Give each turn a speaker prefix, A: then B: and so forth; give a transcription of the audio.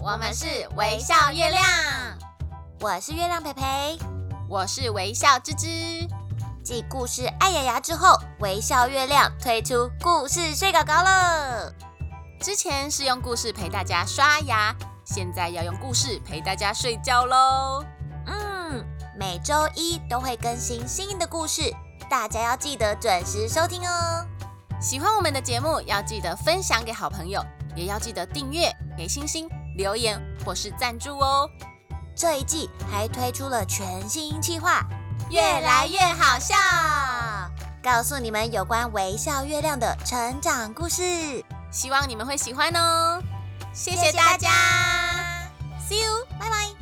A: 我们是微笑月亮，
B: 我是月亮培培，
A: 我是微笑芝芝。
B: 继故事《爱牙牙》之后，微笑月亮推出故事睡稿稿了。
A: 之前是用故事陪大家刷牙，现在要用故事陪大家睡觉喽。
B: 嗯，每周一都会更新新的故事，大家要记得准时收听哦。
A: 喜欢我们的节目，要记得分享给好朋友，也要记得订阅、给星星、留言或是赞助哦。
B: 这一季还推出了全新计划，
A: 越来越好笑，
B: 告诉你们有关微笑月亮的成长故事，
A: 希望你们会喜欢哦。谢
B: 谢
A: 谢
B: 大
A: 大
B: 家
A: 家，See you，
B: 拜拜。